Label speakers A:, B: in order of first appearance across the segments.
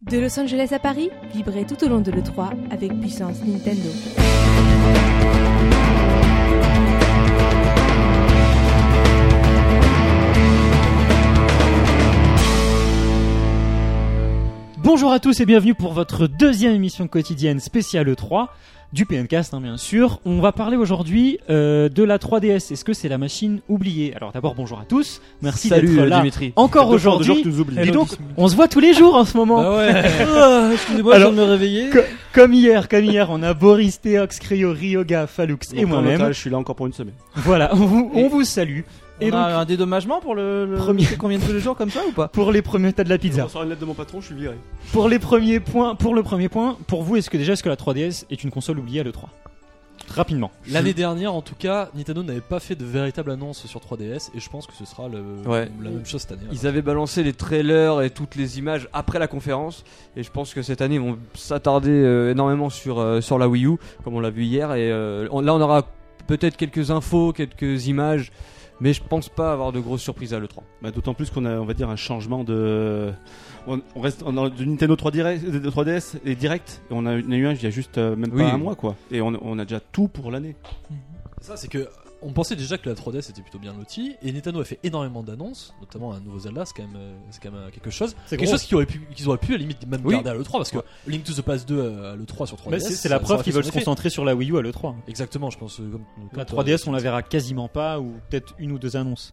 A: De Los Angeles à Paris, vibrez tout au long de l'E3 avec puissance Nintendo.
B: Bonjour à tous et bienvenue pour votre deuxième émission quotidienne spéciale E3 du PNcast hein, bien sûr. On va parler aujourd'hui euh, de la 3DS. Est-ce que c'est la machine oubliée Alors d'abord bonjour à tous. Merci
C: Salut
B: d'être
C: euh,
B: là.
C: Dimitri.
B: Encore
C: Deux fois, deux jours
B: aujourd'hui.
C: que tu nous oublies.
B: Dis donc, on se voit tous les jours en ce moment.
C: Bah ouais.
D: Oh,
C: Ah, Excusez-moi, je
B: Alors-
C: viens de me réveiller.
B: Co- comme hier, comme hier, on a Boris, Théox, Cryo, Ryoga, Falux et
C: Donc, en
B: moi-même.
C: otage, Je suis là encore pour une semaine.
B: Voilà, on vous, on
C: Et-
B: vous salue.
E: Et
B: Et
E: on
B: donc,
E: a un dédommagement pour le, le
B: Premier-
E: c'est combien de tous les jours comme ça ou pas
B: pour les premiers tas de la pizza.
C: sort une lettre de mon patron, je suis viré.
B: Pour les premiers points, pour le premier point, pour vous, est-ce que déjà, est-ce que la 3DS est une console oubliée à l'E3 Rapidement.
F: L'année dernière, en tout cas, Nintendo n'avait pas fait de véritable annonce sur 3DS et je pense que ce sera le,
C: Ouais.
F: la même chose cette année.
C: Ils avaient balancé les trailers et toutes les images après la conférence. Et je pense que cette année, ils vont s'attarder euh, énormément sur, euh, sur la Wii U, comme on l'a vu hier. Et euh, on- là, on aura peut-être quelques infos, quelques images. Mais je pense pas avoir de grosses surprises à l'E3.
G: Bah, D'autant plus qu'on a, on va dire, un changement de. On, on reste on a du Nintendo 3 DS, de 3DS et direct. Et on a, eu- on a eu un il y a juste euh, même
C: Oui.
G: pas un mois, quoi. Et on, on a déjà tout pour l'année.
F: Ça, c'est que on pensait déjà que la 3DS était plutôt bien lotie et Nintendo a fait énormément d'annonces, notamment un nouveau Zelda, c'est quand même, euh, c'est quand même euh, quelque chose.
B: C'est
F: quelque chose qu'ils auraient pu, qu'ils auraient pu à la limite même
C: Oui.
F: garder à l'E3 parce que Link to the Past 2 euh, à l'E3 sur 3DS.
B: Mais c'est c'est
F: ça-
B: la
F: ça
B: preuve
F: aurait
B: qu'ils
F: fait
B: veulent
F: son
B: se
F: effet.
B: concentrer sur la Wii U à l'E3.
F: Exactement, je pense. euh, Comme,
B: La
F: comme toi,
B: 3DS, on
F: euh,
B: la verra quasiment pas, ou peut-être une ou deux annonces.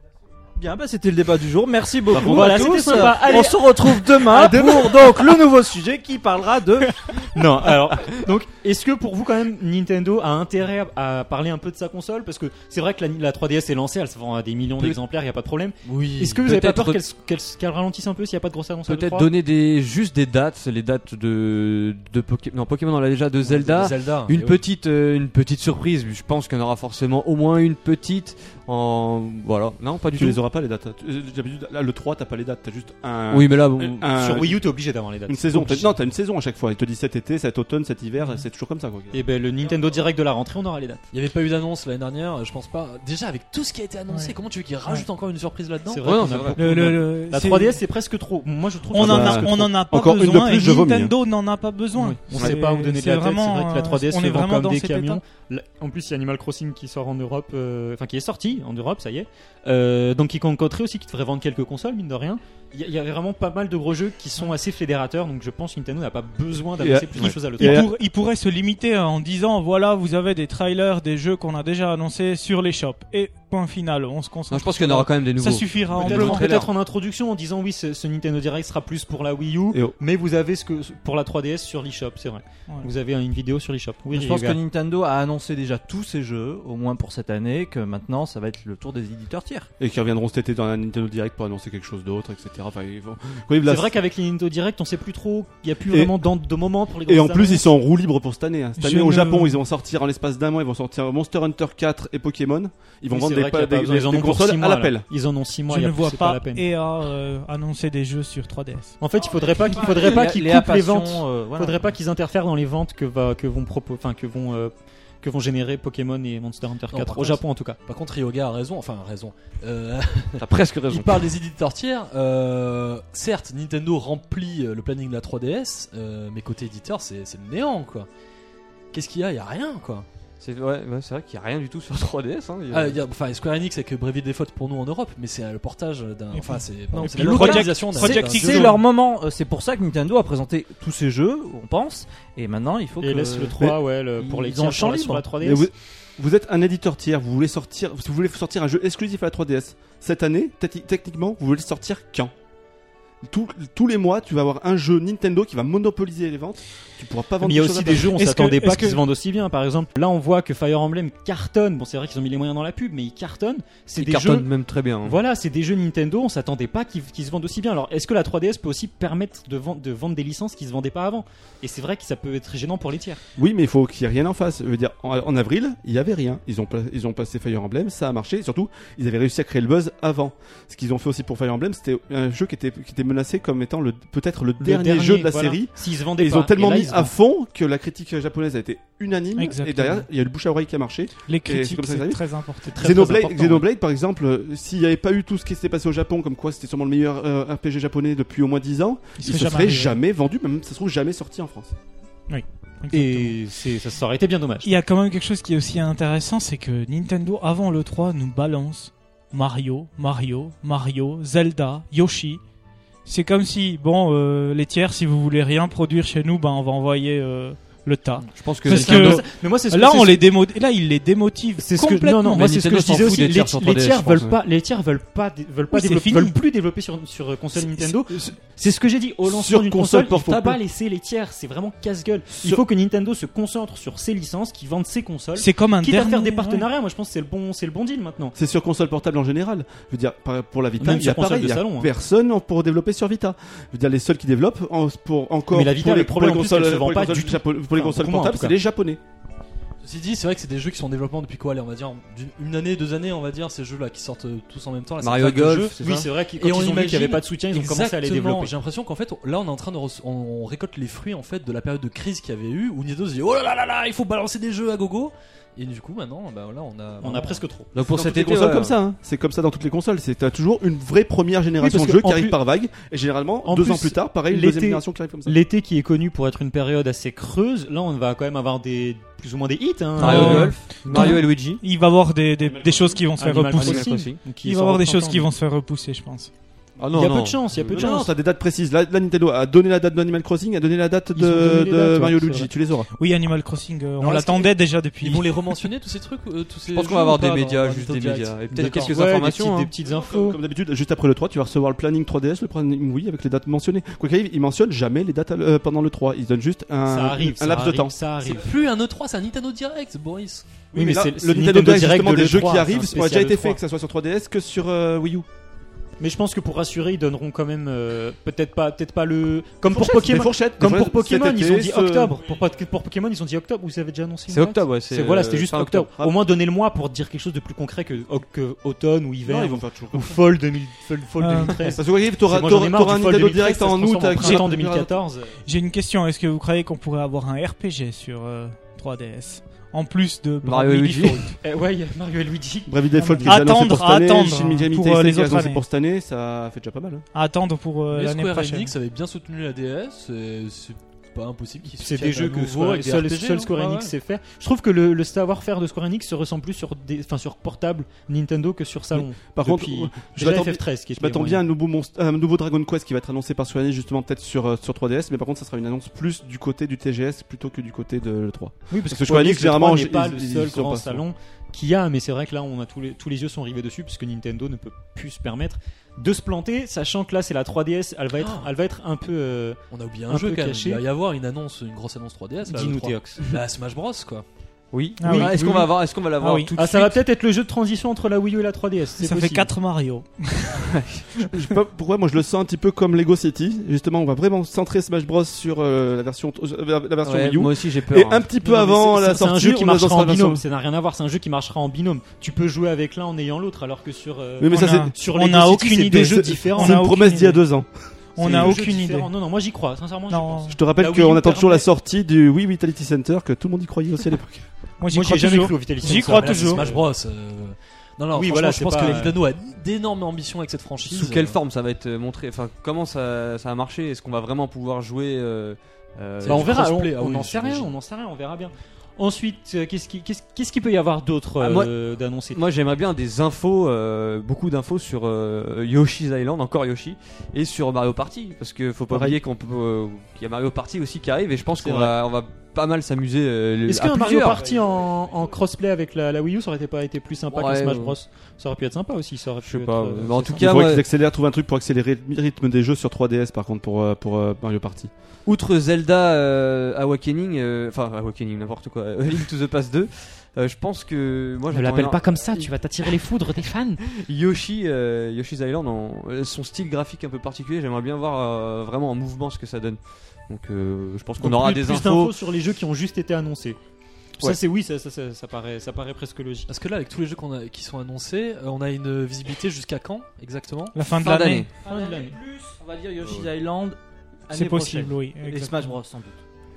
E: Bien, bah c'était le débat du jour. Merci beaucoup.
B: contre, voilà,
E: à
B: c'était
E: tous.
B: sympa. Allez.
E: on se retrouve demain, pour donc le nouveau sujet qui parlera de
B: Non, alors, donc, est-ce que pour vous, quand même, Nintendo a intérêt à, à parler un peu de sa console Parce que c'est vrai que la, la 3DS est lancée, elle se vend à des millions
C: Peut-
B: d'exemplaires, il n'y a pas de problème.
F: Oui.
B: Est-ce que vous avez pas
C: peut-être-
B: peur qu'elle s- qu'elle s- qu'elle ralentisse un peu s'il n'y a pas de grosse annonce à
C: Peut-être
B: l'E3?
C: donner des, juste des dates, les dates de, de Pokémon. Non, Pokémon, on l'a déjà, de Zelda.
F: Zelda eh
C: Une
F: oui.
C: petite, euh, une petite surprise. Je pense qu'il y en aura forcément au moins une petite. En voilà, non, pas du
G: Tu
C: tout.
G: les auras pas les dates. Tu- euh, D'habitude, là, le 3, t'as pas les dates. T'as juste un.
C: Oui, mais là, bon,
G: un- un-
B: Sur Wii U, t'es obligé d'avoir les dates.
G: Une saison.
B: Obligé.
G: T'as- Non, t'as une saison à chaque fois. Il te dit cet été, cet automne, cet hiver. C'est toujours comme ça, quoi.
B: Et ben le Nintendo Direct de la rentrée, on aura les dates.
F: Il n'y avait pas eu d'annonce l'année dernière, je pense pas. Déjà avec tout ce qui a été annoncé, comment tu veux qu'ils rajoutent encore une surprise là-dedans
B: C'est
C: Ouais,
B: vrai.
C: non,
B: qu'on
C: c'est
B: a
C: vrai.
B: beaucoup
H: Le, le-
B: de-
H: le-
B: La
H: c'est-
B: 3DS, c'est presque trop. Moi, je trouve.
H: on
B: ça
H: en
B: presque
H: a,
B: trop.
H: on en a pas
G: Encore une de
H: besoin.
G: plus, je
H: et
G: vomis, hein.
H: Nintendo n'en a pas besoin.
B: On
H: C'est-
B: sait pas où donner de
H: c'est
B: la tête. C'est
H: vraiment,
B: vrai que la 3DS
H: euh, on
B: se
H: est
B: vend
H: vraiment
B: comme
H: dans
B: des
H: cet
B: camions.
H: état.
B: La- En plus, il y a Animal Crossing qui sort en Europe, euh, enfin qui est sorti en Europe, ça y est. Euh, donc, qui concoterait aussi, qui devrait vendre quelques consoles, mine de rien. Il y, a- il y a vraiment pas mal de gros jeux qui sont assez fédérateurs. Donc, je pense que Nintendo n'a pas besoin
G: Et,
B: d'annoncer
G: euh,
B: plus de
G: ouais.
B: choses à l'autre.
G: Et,
H: Il,
G: euh,
H: pour- il pourrait se limiter en disant voilà, vous avez des trailers des jeux qu'on a déjà annoncés sur les shops. Et point final, on se concentre.
C: Non, je pense qu'il y en aura quand même des nouveaux.
H: Ça suffira en
B: Peut-être
H: blanc.
B: en, peut-être en introduction en disant oui, ce, ce Nintendo Direct sera plus pour la Wii U,
G: Et oh.
B: mais vous avez ce que pour la 3DS sur l'eShop, c'est vrai.
H: Ouais.
B: Vous avez une vidéo sur l'eShop. Oui,
E: Je pense que
B: Ryuga.
E: Nintendo a annoncé déjà tous ses jeux, au moins pour cette année, que maintenant ça va être le tour des éditeurs tiers.
G: Et qui reviendront cet été dans un Nintendo Direct pour annoncer quelque chose d'autre, etc. Enfin, ils vont- Quand ils la-
B: C'est vrai qu'avec les Nintendo Direct, on sait plus trop. Il y a plus
G: Et-
B: vraiment d'en- de moment pour les.
G: Et en
B: grosses
G: plus,
B: annonces.
G: ils sont en roue libre pour cette année. hein. Cette
H: Je
G: année, au
H: ne-
G: Japon, ils vont sortir en l'espace d'un mois, ils vont sortir Monster Hunter 4 et Pokémon. Ils vont
B: Oui,
G: vendre
B: c'est
G: des,
B: vrai qu'il y a
G: pa-
B: pas
G: des-
B: besoin.
G: des
B: Ils en ont pour
G: consoles
B: six
G: à
B: mois, là.
G: l'appel.
B: Ils en ont 6 mois.
H: je
B: il y a
H: ne
B: plus-
H: vois
B: c'est
H: pas,
B: la peine.
H: EA euh, annoncer des jeux sur 3DS.
B: En fait, il faudrait pas, qu'il faudrait pas qu'ils coupent les ventes. Il faudrait pas qu'ils interfèrent dans les ventes que va, que vont propo- enfin que vont euh, que vont générer Pokémon et Monster Hunter
F: Non,
B: 4 au
F: par contre-
B: Japon en tout cas.
F: Par contre, Ryoga a raison, enfin a raison. Euh,
C: T'as presque raison.
F: il parle des éditeurs tiers. Euh, certes, Nintendo remplit euh, le planning de la 3DS, euh, mais côté éditeur, c'est c'est le néant quoi. Qu'est-ce qu'il y a Il y a rien quoi.
C: C'est ouais, ouais, c'est vrai qu'il y a rien du tout sur 3DS.
E: Euh.
C: Hein. Il y a-
F: Ah, il y a- Enfin, Square Enix avec Bravely Default pour nous en Europe, mais c'est euh, le portage d'un.
H: Et
F: Enfin,
H: puis-
F: c'est pardon,
H: non,
F: c'est
H: puis
F: la
H: Project-
F: localisation d'un-
H: Project
F: d'un
H: Six,
F: jeu.
E: C'est leur moment. euh, C'est pour ça que Nintendo a présenté tous ses jeux, on pense. Et maintenant, il faut
B: Et
E: que.
B: laisse le 3 ouais le-
E: ils
B: pour les
E: ont le
B: tiers sur
E: champ
B: la- sur la
E: libre.
B: 3DS.
G: Mais vous, vous êtes un éditeur tiers, vous voulez sortir, si vous voulez sortir un jeu exclusif à la 3DS cette année, tati- techniquement, vous voulez le sortir quand Tous- Tous les mois, tu vas avoir un jeu Nintendo qui va monopoliser les ventes. Tu pourras pas vendre.
B: Mais il y a
G: quelque chose
B: aussi
G: à
B: des
G: part.
B: jeux, on
H: Est-ce que-
B: s'attendait pas
H: est-ce
B: qu'ils
H: que-
B: se vendent aussi bien. Par exemple, là, on voit que Fire Emblem cartonne. Bon, c'est vrai qu'ils ont mis les moyens dans la pub, mais ils cartonnent. C'est
C: il
B: des
C: cartonne
B: jeux.
C: même très bien. hein.
B: Voilà, c'est des jeux Nintendo. On s'attendait pas qu'ils qu'ils se vendent aussi bien. Alors, est-ce que la 3DS peut aussi permettre de, vendre- de vendre des licences qui se vendaient pas avant Et c'est vrai que ça peut être gênant pour les tiers.
G: Oui, mais il faut qu'il y ait rien en face. Je veux dire, en, en avril, il y avait rien. Ils ont, pla- ils ont placé Fire Emblem, ça a marché. Et surtout, ils avaient réussi à créer le buzz avant. Ce qu'ils ont fait aussi pour Fire Emblem, c'était un jeu qui était, qui était menacé comme étant le peut-être le,
B: Le
G: dernier, jeu de la
B: voilà.
G: série.
B: S'ils se vendaient
G: Et ils
B: pas.
G: ont tellement
B: Et là,
G: mis
B: ils se
G: à
B: vendent.
G: fond que la critique japonaise a été unanime. Et
H: Exactement.
G: derrière, il y a eu le bouche à oreille qui a marché.
H: Les
G: c'est
H: critiques,
G: comme ça que ça
H: c'est
G: arrive.
H: très important.
B: Très, très
G: Xenoblade,
B: important,
G: Xenoblade, par exemple, euh, s'il n'y avait pas eu tout ce qui s'était passé au Japon, comme quoi c'était sûrement le meilleur euh, RPG japonais depuis au moins 10 ans,
H: Ils
G: il se serait
H: arrivés.
G: jamais vendu, même ça se trouve jamais sorti en France.
H: Exactement.
B: Et c'est- ça ça aurait été bien dommage.
H: Il y a quand même quelque chose qui est aussi intéressant, c'est que Nintendo, avant le 3, nous balance Mario, Mario, Mario, Zelda, Yoshi. C'est comme si, bon, euh, les tiers, si vous voulez rien produire chez nous, ben on va envoyer euh, le tas.
C: Je pense que
H: Parce que-
C: Nintendo-
B: mais moi, c'est ce que-
H: Là,
B: c'est
H: on
B: ce-
H: les démo... là, ils les démotivent
B: C'est ce que
H: complètement.
B: non non moi
C: Mais
B: c'est ce que je
C: Nintendo
B: disais
C: s'en fout
B: aussi
C: des
B: les,
C: tiers sur
B: les
C: 3DS,
B: tiers
C: je pense,
B: veulent pas les tiers veulent pas dé- veulent pas
H: Oui, c'est
B: développer-
H: fini.
B: veulent plus développer sur sur euh, console
H: C'est-
B: Nintendo c'est ce que j'ai dit au lancement
G: Sur
B: d'une
G: console
B: console faut
G: portable.
B: pas laisser les tiers c'est vraiment casse-gueule il
G: Sur-
B: faut que Nintendo se concentre sur ses licences qui vendent ses consoles
H: C'est comme un
B: quitte à
H: dernier...
B: faire des
H: ouais.
B: partenariats moi je pense que c'est le bon c'est le bon deal maintenant
G: C'est sur console portable en général. Je veux dire, par- pour la Vita,
B: Même
G: il y a
B: sur console
G: pareil,
B: de
G: il y a
B: salon, hein.
G: personne en- pour développer sur Vita. Je veux dire, les seuls qui développent en- pour encore
B: Mais la Vita,
G: pour
B: le
G: les, pour les
B: problème, en plus,
G: consoles,
B: qu'elle se
G: pour
B: vend
G: les
B: pas
G: consoles
B: du tout.
G: japo- pour les
B: Enfin,
G: consoles
B: beaucoup moins, en
G: portables,
B: tout
G: c'est
B: cas.
G: les japonais.
F: Ceci dit, c'est vrai que c'est des jeux qui sont en développement depuis quoi Allez, on va dire d'une- une année, deux années, on va dire, ces jeux-là qui sortent euh, tous en même temps. là, cette
C: Mario
F: vague de
C: Golf,
F: jeux.
C: c'est
B: oui
C: ça
B: c'est vrai qu'ils
F: Et
B: quand ils
F: on
B: ont vu qu'il y avait
F: imagine-
B: pas de soutien ils ont commencé à les
F: Exactement.
B: développer
F: J'ai l'impression qu'en fait, là, on est en train de re- on, on récolte les fruits en fait de la période de crise qu'il y avait eu où Nintendo se dit oh là là là là, il faut balancer des jeux à gogo. Et du coup, maintenant, bah, là, on a
B: on a presque trop
C: Donc pour
G: Dans
C: cet
G: toutes les
C: été,
G: consoles
C: ouais.
G: comme ça, hein. c'est comme ça dans toutes les consoles. C'est t'as toujours une vraie première génération
B: euh, Oui, parce
G: de
B: que
G: jeux qui
B: en
G: arrive
B: plus-
G: par vague, et généralement
B: en
G: deux
B: plus,
G: ans plus tard, pareil, une deuxième
B: l'été-
G: génération qui arrive comme ça.
B: l'été qui est connu pour être une période assez creuse là on va quand même avoir des plus ou moins des hits hein.
C: Mario
H: Oh.
C: Golf, Mario et Luigi.
H: Il va y avoir des, des, des choses qui vont se faire
B: Animal
H: repousser.
B: Crossing.
H: Il va y avoir des choses qui vont se faire repousser, je pense.
C: Ah
B: il
C: non,
B: y a peu
C: non.
B: de chance il y a peu de
G: Non, non,
B: chance
G: t'as des dates précises. Là, là, Nintendo a donné la date d'Animal Crossing, a donné la date
B: Ils ont donné
G: de,
B: les
G: de
B: dates, ouais,
G: Mario
B: c'est
G: Luigi.
B: vrai.
G: Tu les auras.
H: Oui, Animal Crossing, euh,
F: Non,
H: on
F: est-ce
H: l'attendait déjà depuis.
F: Ils vont les rementionner tous ces trucs, euh, tous ces.
C: Je pense qu'on
F: jeux
C: va avoir
F: ou pas
C: des
F: dans-
C: médias,
B: hein,
F: dans
C: juste des
F: Nintendo Direct
C: médias. Et peut-être
F: D'accord.
C: quelques
B: Ouais, des petites-
C: informations.
B: des
C: hein.
B: petites
G: Comme
B: infos
G: comme d'habitude, juste après le 3, tu vas recevoir le planning 3DS, le planning Wii avec les dates mentionnées. Quoi qu'il arrive, ils mentionnent jamais les dates euh, pendant le 3. Ils donnent juste un,
B: ça arrive,
G: un
B: ça
G: laps de
B: arrive,
G: temps.
B: Ça
F: C'est
B: arrive.
F: plus un E3, c'est un Nintendo Direct, Boris.
B: Oui, mais
G: là,
B: c'est
G: le Nintendo Direct, justement,
B: de
G: des jeux
B: l'E3,
G: qui arrivent,
B: c'est un
G: ont déjà
B: spécial
G: été
B: E3.
G: faits, que ça soit sur 3DS que sur euh, Wii U.
B: Mais je pense que pour rassurer, ils donneront quand même euh, peut-être pas, peut-être pas le comme pour
G: Fourchette, des
B: Pokémon.
G: fourchettes, des
B: Comme pour
G: fourchettes, cet
B: Pokémon, ils
G: été,
B: ont dit
G: ce-
B: octobre. Pour, Pot- pour Pokémon, ils ont dit octobre. Vous avez déjà annoncé une
C: C'est
B: date
C: octobre, ouais.
B: C'est voilà, c'était
C: euh,
B: juste
C: fin
B: octobre. Au moins donnez le mois pour dire quelque chose de plus concret que, que automne ou
G: Non,
B: hiver
G: ils vont faire toujours
B: ou
G: comme ça.
B: fall 2000 fall, fall
H: Ah.
B: 2013.
G: Parce que quoi qu'il arrive, t'auras
B: Moi, j'en ai
G: t'auras-
B: marre
G: t'auras un
B: du fall
G: Nintendo
B: 2013,
G: Direct
B: ça se
G: en août euh,
B: transforme
G: avec
B: printemps 2014.
H: J'ai une question. Est-ce que vous croyez qu'on pourrait avoir un RPG sur euh, 3DS en plus de
C: Mario et
H: Bravely
C: Luigi.
H: Default
B: Eh ouais, il y a Mario et Luigi.
G: Brave Default qui
H: mais
G: est déjà annoncé pour cette année,
H: attendre,
G: Shin Megami
H: pour,
G: Tensei
H: euh, les
G: qui est
H: autres
G: annoncé
H: années.
G: pour cette année, ça fait déjà pas mal. hein.
H: à attendre pour euh,
F: Mais
H: l'année
F: Square
H: prochaine
F: Enix avait bien soutenu la DS, et c'est pas impossible qu'ils
B: C'est des
F: soutiennent
G: bah,
B: jeux
F: à
B: que
F: nouveau
B: Square,
F: avec des
B: seul,
F: RPG,
B: seul
F: hein.
B: Square
F: Ouais,
B: Enix
F: ouais.
B: sait faire. Je trouve que le, le savoir-faire de Square Enix se ressemble plus sur, des, enfin, sur portable Nintendo que sur salon.
G: Par contre,
B: Depuis-
G: je
B: déjà
G: m'attends-
B: FF13 qui est
G: je m'attends bien à un nouveau, monst- euh, un nouveau Dragon Quest qui va être annoncé par Square Enix justement peut-être sur, euh, sur 3DS, mais par contre ça sera une annonce plus du côté du TGS plutôt que du côté de l'E3.
B: Oui, parce
G: Parce
B: que
G: que
B: Square
G: Square
B: Enix,
G: Enix,
B: généralement,
G: généralement,
B: n'est pas
G: ils-
B: le
G: ils-
B: seul
G: ils sont
B: grand
G: pas
B: salon qu'il y a, mais c'est vrai que là, on a tous les, tous les yeux sont rivés dessus, puisque Nintendo ne peut plus se permettre de se planter, sachant que là, c'est la 3DS, elle va être,
F: Oh.
B: elle va être un peu. euh,
F: On a oublié un,
B: Un
F: jeu
B: peu
F: quand même.
B: caché.
F: Il va y avoir une annonce, une grosse annonce 3DS. là, le
B: Dis-nous,
F: 3.
B: Théox.
F: Bah, Smash Bros quoi.
C: Oui.
H: Ah
C: Oui.
H: oui.
C: Est-ce qu'on va avoir, est-ce qu'on va l'avoir
H: Ah oui.
C: tout de
B: Ah, ça va
C: suite
B: peut-être être le jeu de transition entre la Wii U et la 3DS. c'est
H: ça fait
B: possible.
H: 4 Mario
G: Je sais pas pourquoi, moi je le sens un petit peu comme Lego City. Justement, on va vraiment centrer Smash Bros sur euh, la version, la la version
C: Ouais,
G: Wii U.
C: Moi aussi, j'ai
G: Et
C: peur. hein.
G: un petit peu
B: Non, mais
G: avant
B: c'est-
G: la
B: c'est-
G: sortie,
B: c'est un jeu qui
G: on
B: marchera
G: annoncera
B: en
G: la
B: binôme.
G: version-
B: Ça n'a rien à voir. C'est un jeu qui marchera en binôme. Tu peux jouer avec l'un en ayant l'autre, alors que sur euh,
G: Oui, mais
H: On
G: ça,
H: a-
G: c'est-
B: sur
H: on
B: les
H: a
B: deux,
H: aucune
B: c'est
H: idée.
B: deux
H: Je-
B: jeux différents.
H: on
G: C'est
H: a
G: une
H: aucune
G: promesse d'il y a
H: idée.
G: deux ans.
H: on
B: C'est
H: n'a
B: deux jeux
H: aucune idée
B: différents. Non, non, moi j'y crois. Sincèrement, j'y
H: non
B: pense.
G: Je te rappelle
B: La Wii
G: qu'on
B: U
G: attend toujours la
B: permet-
G: sortie du Wii Vitality Center que tout le monde y croyait aussi à l'époque.
H: moi j'y
B: Moi,
H: crois
B: j'ai jamais
H: toujours
B: cru au Vitality
H: J'y
B: Center,
H: crois
B: mais
F: Là,
B: là,
F: c'est
H: toujours.
F: Smash Bros. euh, Non, non,
B: Oui,
F: franchement,
B: voilà,
F: je
B: c'est
F: pense
B: pas-
F: que la Nintendo a d'énormes ambitions avec cette franchise.
C: Sous quelle
F: Euh,
C: forme Ah, ça va être montré Enfin, comment ça, ça a marché Est-ce qu'on va vraiment pouvoir jouer euh, euh,
F: C'est
B: Bah, on verra, on
F: crossplay, ah
B: on
F: oui,
B: n'en sait rien,
F: j'imagine.
B: on n'en sait rien, on verra bien. Ensuite, euh, qu'est-ce qui- qu'est-ce qu'est-ce qu'il peut y avoir d'autre
C: Ah, moi-
B: euh, d'annoncé
C: Moi, j'aimerais bien des infos, euh, beaucoup d'infos sur euh, Yoshi's Island, encore Yoshi, et sur Mario Party, parce que faut pas
G: Pareil.
C: oublier qu'on peut, euh, qu'il y a Mario Party aussi qui arrive, et je pense
G: C'est
C: qu'on
G: vrai.
C: va, on va pas mal s'amuser. euh, le-
B: Est-ce
C: à
B: qu'un Mario
C: plusieurs.
B: Party en, en crossplay avec la, la Wii U ça aurait été pas été plus sympa
C: Ouais,
B: que Smash
C: ouais.
B: Bros Ça aurait pu être sympa aussi, ça aurait
C: Je
B: pu
C: sais
B: être,
C: pas,
B: euh,
C: mais en tout
G: Il
C: cas,
G: faudrait
C: moi,
G: qu'ils accélèrent, trouvent un truc pour accélérer le rythme des jeux sur 3DS par contre pour, euh, pour euh, Mario Party.
C: outre Zelda euh, Awakening, euh, enfin Awakening, n'importe quoi, euh, Link to the Past 2, euh, je pense que moi,
B: Ne
C: j'attends
B: l'appelle
C: énorme-
B: pas comme ça, tu vas t'attirer les foudres des fans.
C: Yoshi, euh, Yoshi's Island, en- euh, son style graphique un peu particulier, j'aimerais bien voir euh, vraiment en mouvement ce que ça donne. Donc, euh, je pense qu'on
B: Donc,
C: aura
B: plus-
C: des
B: plus
C: infos.
B: sur les jeux qui ont juste été annoncés. Ça, c'est oui, ça, ça, ça, ça paraît, ça paraît presque logique.
F: Parce que là, avec tous les jeux qu'on a- qui sont annoncés, euh, on a une visibilité jusqu'à quand exactement
H: La fin de
C: Fin
H: l'année.
C: d'année.
B: Fin de l'année.
D: Plus, on va dire Yoshi's Island.
H: C'est
D: année prochaine.
H: possible, oui.
D: Et
H: exactement.
D: Smash Bros, sans doute.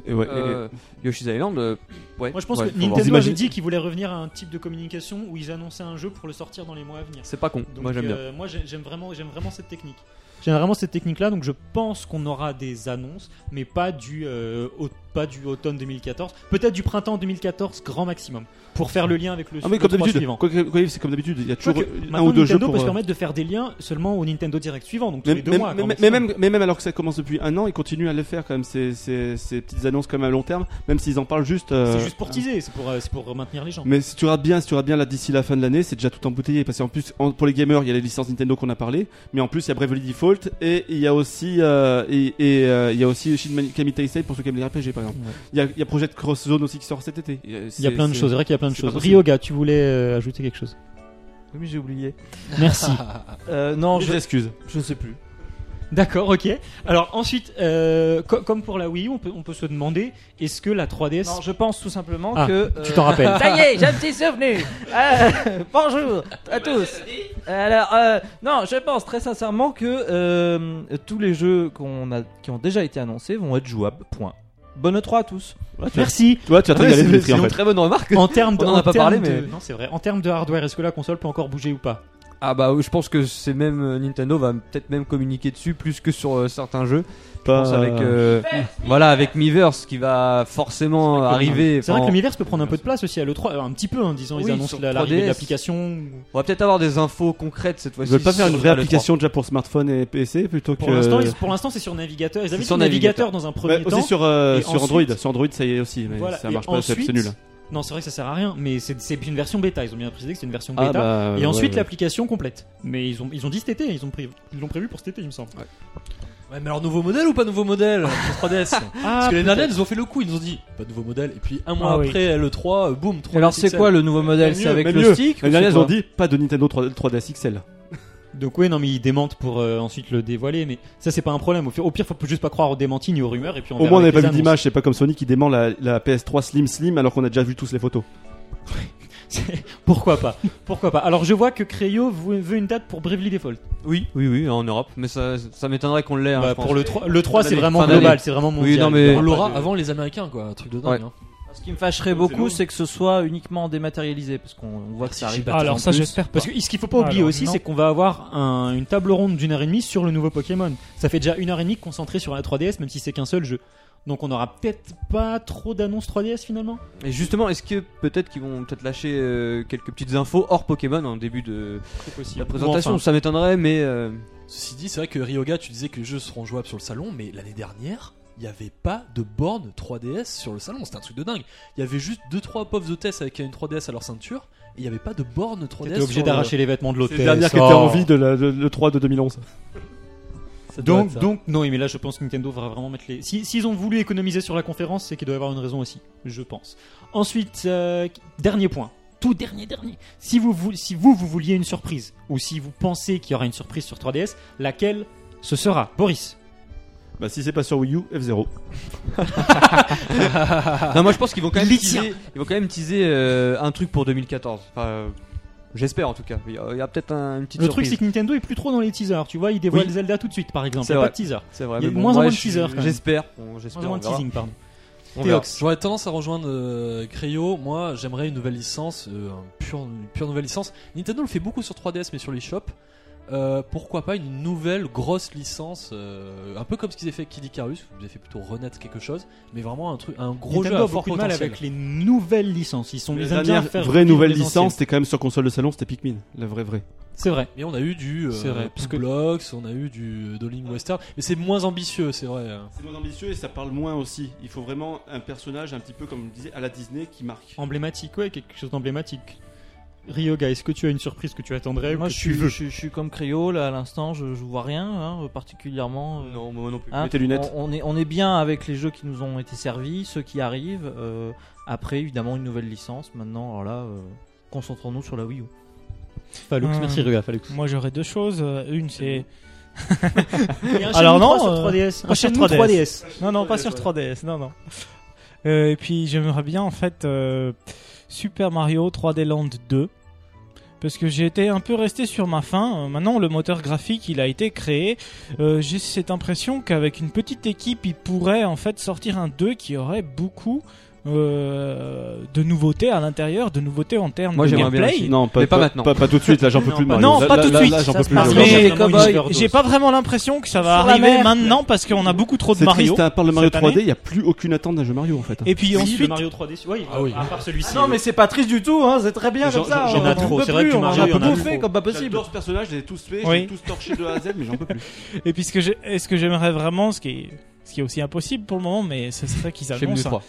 G: Et ouais,
C: Euh, Yoshi's Island, euh, ouais.
B: Moi, je pense
C: ouais,
B: que
C: faut voir.
B: Nintendo avait
G: Imaginez-
B: dit qu'ils voulaient revenir à un type de communication où ils annonçaient un jeu pour le sortir dans les mois à venir.
C: C'est pas con,
B: Donc,
C: moi j'aime bien.
B: euh, Moi, j'ai- j'aime vraiment, j'aime vraiment cette technique. J'aime vraiment cette technique-là, donc je pense qu'on aura des annonces, mais pas du, euh, au- pas du automne 2014, peut-être du printemps 2014 grand maximum, pour faire le lien avec le,
G: Ah
B: le
G: mais comme
B: 3
G: d'habitude,
B: suivant.
G: quoi qu'il- quoi qu'il arrive, c'est comme d'habitude, il y a toujours
B: Quoique,
G: un
B: maintenant,
G: ou deux jeux
B: Nintendo peut
G: pour.
B: se
G: euh,
B: permettre de faire des liens seulement au Nintendo Direct suivant, donc tous
G: Mais,
B: les deux
G: mais-
B: mois.
G: mais-
B: grand
G: mais
B: maximum.
G: même, mais même alors que ça commence depuis un an, ils continuent à le faire quand même, ces, ces- ces petites annonces quand même à long terme, même s'ils en parlent juste. euh,
B: c'est juste pour teaser, c'est pour, euh, c'est pour maintenir les gens.
G: Mais si tu regardes bien, si tu regardes bien là d'ici la fin de l'année, c'est déjà tout embouteillé. Parce qu'en plus, en- pour les gamers, il y a les licences Nintendo qu'on a parlé, mais en plus, il y a Bravely Default et il y a aussi euh, et, et, euh, il y a aussi Shin Megami Tensei Tensei pour ceux qui aiment les RPG par exemple.
B: Ouais.
G: Il y a- il y a Project Cross Zone aussi qui sort cet été.
B: Il y a plein de choses, c'est vrai qu'il y a plein de
G: c'est pas
B: choses.
G: possible.
B: Ryoga, tu voulais euh, ajouter quelque chose
E: Oui, mais j'ai oublié.
B: Merci.
E: Euh, non, je,
G: Des excuses.
E: je sais plus.
B: D'accord, ok. Alors ensuite, euh, co- comme pour la Wii, U, on peut, on peut se demander est-ce que la 3DS.
D: Non, je pense tout simplement
B: Ah,
D: que.
B: Tu
D: euh,
B: t'en rappelles
D: Ça y est, j'ai un petit souvenir. Euh, bonjour à tous. Alors, euh, non, je pense très sincèrement que euh, tous les jeux qu'on a, qui ont déjà été annoncés vont être jouables. Point. Bonne E3 à tous.
B: Merci.
G: Tu vois, tu as
C: Ouais,
G: régalé
C: c'est-
G: Dimitri
C: c'est
G: en
C: une
G: fait.
C: très bonne remarque.
B: En termes de,
C: On en a
B: en
C: pas
B: termes
C: parlé,
B: de-
C: mais-
B: non, c'est vrai. En termes de hardware, est-ce que la console peut encore bouger ou pas
C: Ah bah je pense que c'est même euh, Nintendo va peut-être même communiquer dessus plus que sur euh, certains jeux. Je pense
G: Pas-
C: avec euh, voilà avec Miiverse qui va forcément arriver.
B: C'est vrai que
C: enfin,
B: l'univers peut prendre un peu de place aussi à l'E3, euh, un petit peu, hein, disons, ils
C: Oui,
B: annoncent
C: sur
B: la- l'arrivée de
C: 3DS.
B: l'application.
C: on va peut-être avoir des infos concrètes cette
G: Ils
C: fois-ci.
G: veulent pas faire une
C: sur
G: vraie
C: le E3.
G: application déjà pour smartphone et PC plutôt que.
B: Pour l'instant, ils- pour l'instant, c'est sur navigateur. Ils
C: C'est
B: avaient sur
C: sur
B: navigateur Bah, dans un
G: Ouais,
B: premier temps.
G: aussi sur, euh,
B: Et
G: sur
B: ensuite-
G: Android. Sur Android, ça y est aussi, mais
B: Voilà,
G: ça
B: et
G: marche pas, c'est-
B: ensuite-
G: c'est nul.
B: Non, c'est vrai que ça sert à rien, mais c'est c'est une version bêta. Ils ont bien précisé que c'est une version bêta.
G: Ah, bah,
B: et ensuite
G: ouais.
B: l'application complète. Mais ils ont, ils ont dit cet été, ils ont pris- ils l'ont prévu pour cet été, il me semble.
G: Ah,
F: Ouais, mais alors nouveau modèle ou pas nouveau modèle sur 3DS
B: Ah,
F: Parce que les dernières, ils ont fait le coup, ils nous ont dit pas nouveau modèle, et puis un mois
H: Ah oui.
F: après le 3, euh, boum, 3
E: Alors, c'est quoi le nouveau modèle
G: Même
E: C'est
G: Bah, mieux,
E: avec
G: même
E: le
G: mieux.
E: stick
G: L'année
E: ou c'est
G: dernière, ils ont
E: quoi
G: dit pas de Nintendo 3, 3DS XL.
B: Donc oui, non, mais ils démentent pour euh, ensuite le dévoiler, mais ça c'est pas un problème. Au, fi- au pire, faut juste pas croire aux démentis ni aux rumeurs et puis on
G: Au
B: verra
G: moins, on
B: avec
G: n'avait pas
B: les
G: vu
B: annonces.
G: d'image. C'est pas comme Sony qui dément la, la PS3 Slim Slim alors qu'on a déjà vu tous les photos.
B: C'est- Pourquoi pas Pourquoi pas Alors je vois que Creo vou- veut une date pour Bravely Default.
C: Oui oui oui en Europe, mais ça, ça m'étonnerait qu'on
G: Ah,
C: l'ait. hein,
B: Bah,
C: je pense.
B: pour le 3, le 3 c'est
C: d'année,
B: vraiment
C: fin d'année.
B: global, c'est vraiment mondial.
C: Oui non mais
F: On l'aura
C: Ouais,
F: avant les Américains, quoi, un truc de dingue.
C: Ouais.
F: hein.
E: Ce qui me fâcherait beaucoup, c'est que ce soit uniquement dématérialisé, parce qu'on on voit que ça arrive.
H: Ah, alors ça, j'espère pas.
B: Parce que ce qu'il faut pas oublier
H: Alors,
B: aussi,
H: non.
B: c'est qu'on va avoir un- une table ronde d'une heure et demie sur le nouveau Pokémon. Ça fait déjà une heure et demie concentrée sur la 3DS, même si c'est qu'un seul jeu. Donc on aura peut-être pas trop d'annonces 3DS finalement.
C: Et justement, est-ce que peut-être qu'ils vont peut-être lâcher euh, quelques petites infos hors Pokémon en début de
B: C'est possible.
C: la présentation Ça m'étonnerait, mais euh,
F: Ceci dit, c'est vrai que Ryoga, tu disais que les jeux seront jouables sur le salon, mais l'année dernière, il n'y avait pas de borne 3DS sur le salon. C'était un truc de dingue. Il y avait juste 2-3 pauvres de test avec une 3DS à leur ceinture, et il n'y avait pas de borne 3DS.
B: T'es obligé
F: sur euh, le-
B: d'arracher les vêtements de
G: C'est
B: l'hôtel.
G: la dernière qui était en vie de la- de- le 3 de 2011.
F: Ça doit être
B: Donc,
F: ça.
B: donc, non, mais là, je pense que Nintendo va vraiment mettre les. Si- S'ils ont voulu économiser sur la conférence, c'est qu'il doit y avoir une raison aussi, je pense. Ensuite, euh, dernier point, tout dernier, dernier. Si vous, vou- si vous, vous vouliez une surprise, ou si vous pensez qu'il y aura une surprise sur 3DS, laquelle ce sera Boris
G: Bah, si c'est pas sur Wii U, F0.
B: Ah.
C: non, moi je pense qu'ils vont quand même
B: Les
C: teaser, ils vont quand même teaser euh, un truc pour 2014. Enfin, euh, j'espère en tout cas. Il y a, il y a peut-être un, une petite
B: Le truc,
C: surprise.
B: c'est que Nintendo est plus trop dans les teasers, tu vois, il dévoile
C: Oui.
B: Zelda tout de suite, par exemple. Il
C: C'est
B: y a pas
C: vrai.
B: de teaser.
C: c'est vrai.
B: il y a
C: mais bon,
B: moins en
C: ouais,
B: moins de
C: je suis-
B: teaser, quand même.
C: J'espère. Bon, j'espère.
B: Moins ou
C: on
B: moins de
C: verra.
B: teasing, pardon.
C: On verra.
B: Théox.
F: J'aurais tendance à rejoindre euh, Cryo. Moi, j'aimerais une nouvelle licence, euh, un pure, une pure nouvelle licence. Nintendo le fait beaucoup sur 3DS, mais sur les shops. Euh, pourquoi pas une nouvelle grosse licence, euh, un peu comme ce qu'ils avaient fait avec Kid Icarus, vous avez fait plutôt renaître quelque chose, mais vraiment un truc, un gros
B: Nintendo
F: jeu
B: a
F: à fort
B: beaucoup de mal
F: potentiel.
B: avec les nouvelles licences. Ils sont
G: La
B: ils aiment bien
G: dernière
B: faire
G: vraie
B: revivre
G: nouvelle
B: les
G: licence,
B: anciennes.
G: c'était quand même sur console de salon, c'était Pikmin. La vraie, vraie.
B: C'est vrai.
F: Mais on a eu du
B: C'est
F: euh,
B: vrai, parce que-
F: Blocks, on a eu du euh, Dolling Western, mais c'est moins ambitieux, c'est vrai.
G: C'est moins ambitieux et ça parle moins aussi. Il faut vraiment un personnage un petit peu, comme on disait, à la Disney qui marque.
B: Emblématique, ouais, quelque chose d'emblématique. Ryoga, est-ce que tu as une surprise que tu attendrais ou
E: Moi,
B: que
E: je
B: tu
E: suis,
B: veux
E: je, je suis comme Cryo, là, à l'instant, je, je vois rien, hein, particulièrement. euh,
C: Non, moi non plus.
E: hein.
G: Mets tes lunettes.
E: On, on est, on est bien avec les jeux qui nous ont été servis, ceux qui arrivent. euh, après, évidemment, une nouvelle licence. Maintenant, alors là, euh, concentrons-nous sur la Wii U.
B: Falux,
H: Hum.
D: Ah.
B: merci Ryoga, Falux.
H: Moi, j'aurais deux choses. Euh, Une, c'est.
B: Et un
H: Alors
B: Shenmue
H: non,
B: 3
H: euh,
B: sur 3DS.
H: pas
B: Un
H: sur
B: Shenmue
H: 3DS. Non, non, pas sur 3DS, non, non. Euh, et puis j'aimerais bien en fait euh, Super Mario 3D Land 2. Parce que j'ai été un peu resté sur ma fin. Euh, Maintenant, le moteur graphique, il a été créé. Euh, j'ai cette impression qu'avec une petite équipe, il pourrait en fait sortir un 2 qui aurait beaucoup euh, de nouveautés à l'intérieur, de nouveautés en termes
C: Moi,
H: de
C: j'aimerais bien
H: gameplay.
C: aussi.
G: Non, pas,
C: Mais pas maintenant.
G: Pas, pas tout de suite, là j'en peux plus de
H: pas-
G: Mario.
H: non,
G: Là-
H: pas
G: là-
H: tout de
G: là-
H: suite.
G: Là, j'en
F: Ça
G: peux
F: se
G: plus. de Mario.
F: passe bien.
H: Mais
F: Certainement une
H: Cowboy,
F: overdose.
H: j'ai pas vraiment l'impression que ça va
D: Sur la
H: arriver
D: mer.
H: maintenant parce qu'on a beaucoup trop de
G: C'est
H: Mario.
G: triste,
C: hein.
G: à part le Mario
H: cette
G: 3D,
H: année.
G: il n'y a plus aucune attente d'un jeu Mario en fait. hein.
H: Et puis
B: Oui, le
C: hein.
H: ensuite,
B: Mario 3D, oui,
F: Ah oui.
B: à part celui-ci.
D: Non, mais c'est pas triste du tout, hein, c'est très bien
G: J'en-
D: comme ça.
G: j'en- j'en
D: on
G: ai
D: en
G: trop,
D: peut
B: c'est vrai
D: plus,
B: que
D: on en
B: Mario,
D: a
B: il y
G: Ah,
B: en a
D: bouffé
B: trop.
D: comme pas possible.
G: ce personnage, je l'ai tous fait,
H: je Oui. l'ai
G: tous torché de A à Z, mais j'en peux plus.
H: Et puis ce que j'ai- et ce que j'aimerais vraiment, ce qui est ce qui est aussi impossible pour le moment, mais ce serait qu'ils
C: Chez Minu
B: hein.
H: annoncent
C: 3.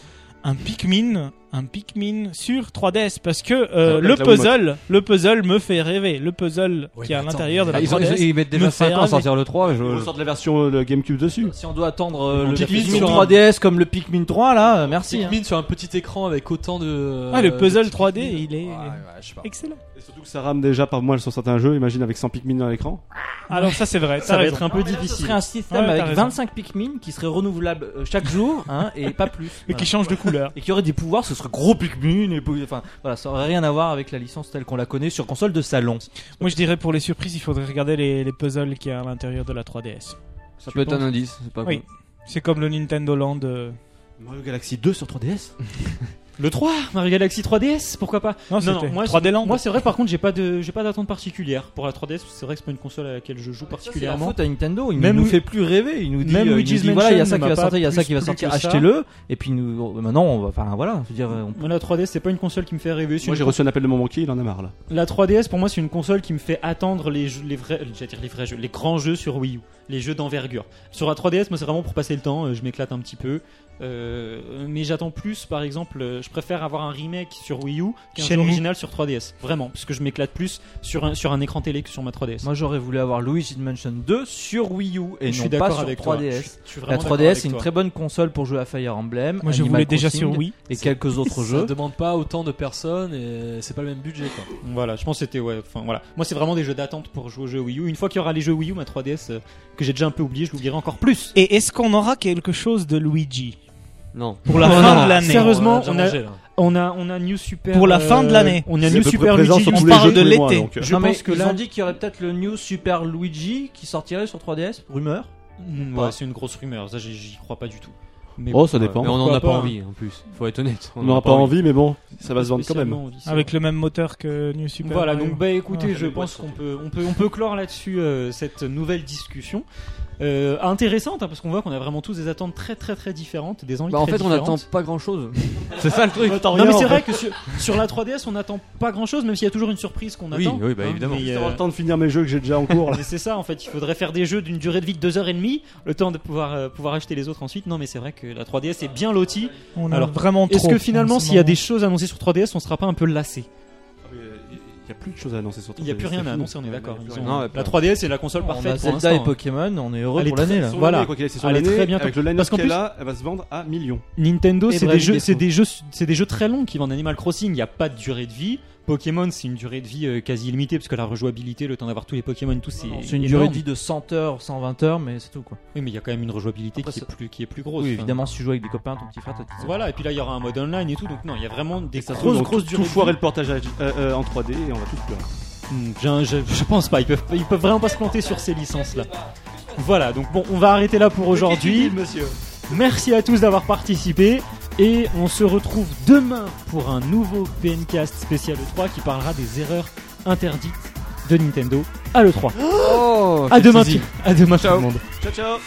H: un, un Pikmin, un Pikmin sur 3DS, parce que euh,
G: Avec
H: le
G: la
H: puzzle, le puzzle me fait rêver, le puzzle
F: Oui,
H: qui est à
F: mais attends,
H: l'intérieur de
F: mais
H: la
C: Ah, ils, ont-
H: 3DS.
C: ils mettent déjà
H: me fait
C: 5 ans à
H: rêver.
C: sortir le 3. je-
G: On sort de la version euh, GameCube dessus.
D: Si on doit attendre euh, le
F: Pikmin
D: Pikmin
F: sur un-
D: 3DS comme le Pikmin 3 là, euh, merci. hein.
F: Pikmin sur un petit écran avec autant de.
H: Ah, le
F: de
H: puzzle
F: euh, Pikmin.
H: 3D, il est
F: Ouais, ouais, je sais pas.
H: excellent.
G: Et surtout que ça rame déjà par mois sur certains jeux, imagine avec 100 Pikmin dans l'écran.
H: Alors ça c'est vrai,
B: ça va
H: raison.
B: être un peu
D: Mais là, ce
B: difficile.
D: serait un système
H: Ouais, t'as
D: avec
H: raison.
D: 25 Pikmin qui serait renouvelable euh, chaque jour hein, et pas plus.
H: Et
D: Voilà.
H: qui change de couleur.
D: et qui aurait des pouvoirs, ce serait gros Pikmin et pou- enfin voilà, ça aurait rien à voir avec la licence telle qu'on la connaît sur console de salon.
H: Moi je dirais pour les surprises, il faudrait regarder les, les puzzles qu'il y a à l'intérieur de la 3DS.
C: Ça peut être un indice. c'est pas
H: Oui.
C: con.
H: C'est comme le Nintendo Land. euh.
G: Mario Galaxy 2 sur 3DS
B: Le 3, Mario Galaxy 3DS, pourquoi pas
H: Non,
B: Non,
H: c'était
B: non, moi,
H: 3D Land.
B: Moi, c'est vrai, par contre, j'ai pas de, j'ai pas d'attente particulière pour la 3DS. parce que C'est vrai que c'est pas une console à laquelle je joue
D: Bah, C'est la
B: particulièrement.
D: faute à Nintendo, il
B: Même
D: nous
B: Lu-
D: fait plus rêver, il nous dit,
B: Même
D: euh, il nous
B: Luigi's
D: dit, voilà, il y a ça qui
B: Mansion
D: va
B: m'a
D: sortir, il y a
B: pas
D: ça qui va
B: plus
D: sortir,
B: plu que ça.
D: achetez-le et puis nous oh, bah, maintenant on va enfin voilà, je veux dire euh, on-
B: Moi, la 3DS, c'est pas une console qui me fait rêver. c'est
G: Moi
B: une
G: j'ai reçu un appel de mon banquier, il en a marre là.
B: La 3DS pour moi c'est une console qui me fait attendre les jeux, les vrais, euh, j'allais dire les vrais jeux, les grands jeux sur Wii U, les jeux d'envergure. Sur la 3DS moi c'est vraiment pour passer le temps, euh, je m'éclate un petit peu, Euh, mais j'attends plus par exemple, euh, je préfère avoir un remake sur Wii U qu'un jeu
H: Shenmue.
B: original sur 3DS, vraiment, parce que je m'éclate plus sur un sur un écran télé que sur ma 3DS.
D: Moi j'aurais voulu avoir Luigi's Mansion 2 sur Wii U et
B: je
D: non
B: suis
D: pas
B: d'accord
D: sur
B: avec toi. Je suis-
D: 3DS.
B: je suis
D: La
B: vraiment d'accord
D: 3DS est une
B: avec toi.
D: très bonne console pour jouer à Fire Emblem,
H: Moi, je
D: Animal
H: voulais déjà
D: Crossing
H: sur Wii.
D: et quelques autres
F: Ça
D: jeux.
F: demande pas autant de personnes et c'est pas le même budget quoi.
B: Voilà, je pense que c'était ouais, enfin voilà. Moi c'est vraiment des jeux d'attente pour jouer aux jeux Wii U. Une fois qu'il y aura les jeux Wii U, ma 3DS euh, que j'ai déjà un peu oublié, je l'oublierai encore plus.
H: Et est-ce qu'on aura quelque chose de Luigi
C: Non.
H: pour la
B: Oh
H: fin
B: non,
H: de l'année Euh,
B: sérieux. Heureusement,
F: déjà
B: on a-
F: mangé, là.
B: On a on a New Super euh,
H: Pour la fin de l'année.
B: On a
G: C'est à
B: New
G: peu près
B: Super
G: présent
B: Luigi.
G: sur
B: on
G: tous les
B: parle
G: jeux
B: de
G: tous les mois,
B: l'été.
G: donc, euh.
B: Je
D: Non,
B: pense
D: mais
B: que
D: ils
B: là
D: ont dit qu'il y aurait peut-être le New Super Luigi qui sortirait sur 3DS, rumeur.
B: Mm,
D: Pas.
B: ouais, c'est une grosse rumeur, ça j'y- j'y crois pas du tout. Mais
G: Oh, ça dépend.
C: Mais on en
B: pourquoi
C: a pas
B: pas, hein.
C: envie en plus. Faut être honnête.
G: On n'aura pas envie, mais bon, ça va se vendre quand même.
B: spécialement envie, c'est
H: avec
B: vrai.
H: le même moteur que New Super
B: Voilà,
H: Mario.
B: donc bah écoutez,
H: Ah,
B: je pense qu'on peut on peut on peut clore là-dessus euh, cette nouvelle discussion. Euh, intéressante hein, parce qu'on voit qu'on a vraiment tous des attentes très très très différentes, des envies
C: Bah, en
B: très
C: fait, on
B: différentes.
C: attend pas grand chose. C'est ça le truc.
B: Non mais c'est vrai que sur, sur la 3DS on n'attend pas grand chose même s'il y a toujours une surprise qu'on
C: Oui,
B: attend.
C: oui, bah, évidemment.
B: mais,
G: Juste
B: euh,
G: avoir le temps de finir mes jeux que j'ai déjà en cours là.
B: mais c'est ça en fait, il faudrait faire des jeux d'une durée de vie de deux heures et demie, le temps de pouvoir euh, pouvoir acheter les autres ensuite. Non mais c'est vrai que la 3DS est bien lotie.
H: on a
B: Alors,
H: vraiment trop.
B: Est-ce que finalement
H: en ce
B: s'il y a
H: moment.
B: des choses annoncées sur 3DS on sera pas un peu lassé
G: Il n'y euh, a plus de choses à annoncer sur
B: Il n'y a plus
G: 3DS,
B: rien
G: c'est
B: à
G: fou.
B: annoncer, on est d'accord.
G: Il y
B: Ils
G: a plus
B: ont-
G: rien.
C: Non, ouais,
B: la
C: pas-
B: 3DS est la console
D: On a
B: parfaite pour
D: Zelda et
B: l'instant. hein.
D: Pokémon, on est heureux
B: Elle est
D: pour l'année
B: très-
D: là.
G: Sur
B: Voilà.
G: l'année, quoi qu'il arrive, c'est sur
B: Allez,
G: l'année,
B: très bientôt.
G: Avec le line-up
B: Parce qu'en
G: qu'elle
B: plus-
G: a, elle va se vendre à millions.
B: Nintendo,
D: Et
B: c'est des,
D: Bravely
B: jeux,
D: Default.
B: c'est des jeux, c'est des jeux très longs qui vendent Animal Crossing. Il n'y a pas de durée de vie. Pokémon, c'est une durée de vie euh, quasi illimitée parce que la rejouabilité, le temps d'avoir tous les Pokémon, tout c'est.
D: C'est une
B: énorme.
D: durée de vie de 100 heures, 120 heures, mais c'est tout quoi.
B: Oui, mais il y a quand même une rejouabilité
D: Après,
B: qui est
D: ça-
B: plus, qui est plus grosse. hein.
D: oui,
B: Enfin,
D: évidemment, si tu joues avec des copains, ton petit frère, ta petite sœur.
B: Voilà. Et puis là, il y aura un mode online et tout. Donc non, il y a vraiment des
G: Ça se
B: grosses,
G: trouve,
B: grosses
G: tout-
B: durées.
G: Tout
B: de
G: foirer
B: vie.
G: le portage à- euh, euh, en 3D et on va tous pleurer.
B: Hmm, Je, je- je pense pas. Ils peuvent, ils peuvent vraiment pas se planter sur ces licences là. Voilà. Donc bon, on va arrêter là pour aujourd'hui.
G: monsieur.
B: Merci à tous d'avoir participé et on se retrouve demain pour un nouveau PNcast spécial E3 qui parlera des erreurs interdites de Nintendo à l'E3.
C: Oh,
B: à
C: quelle
B: demain,
C: Oh, saisie.
B: tout- à demain tout
C: Ciao.
B: le monde.
G: Ciao, ciao.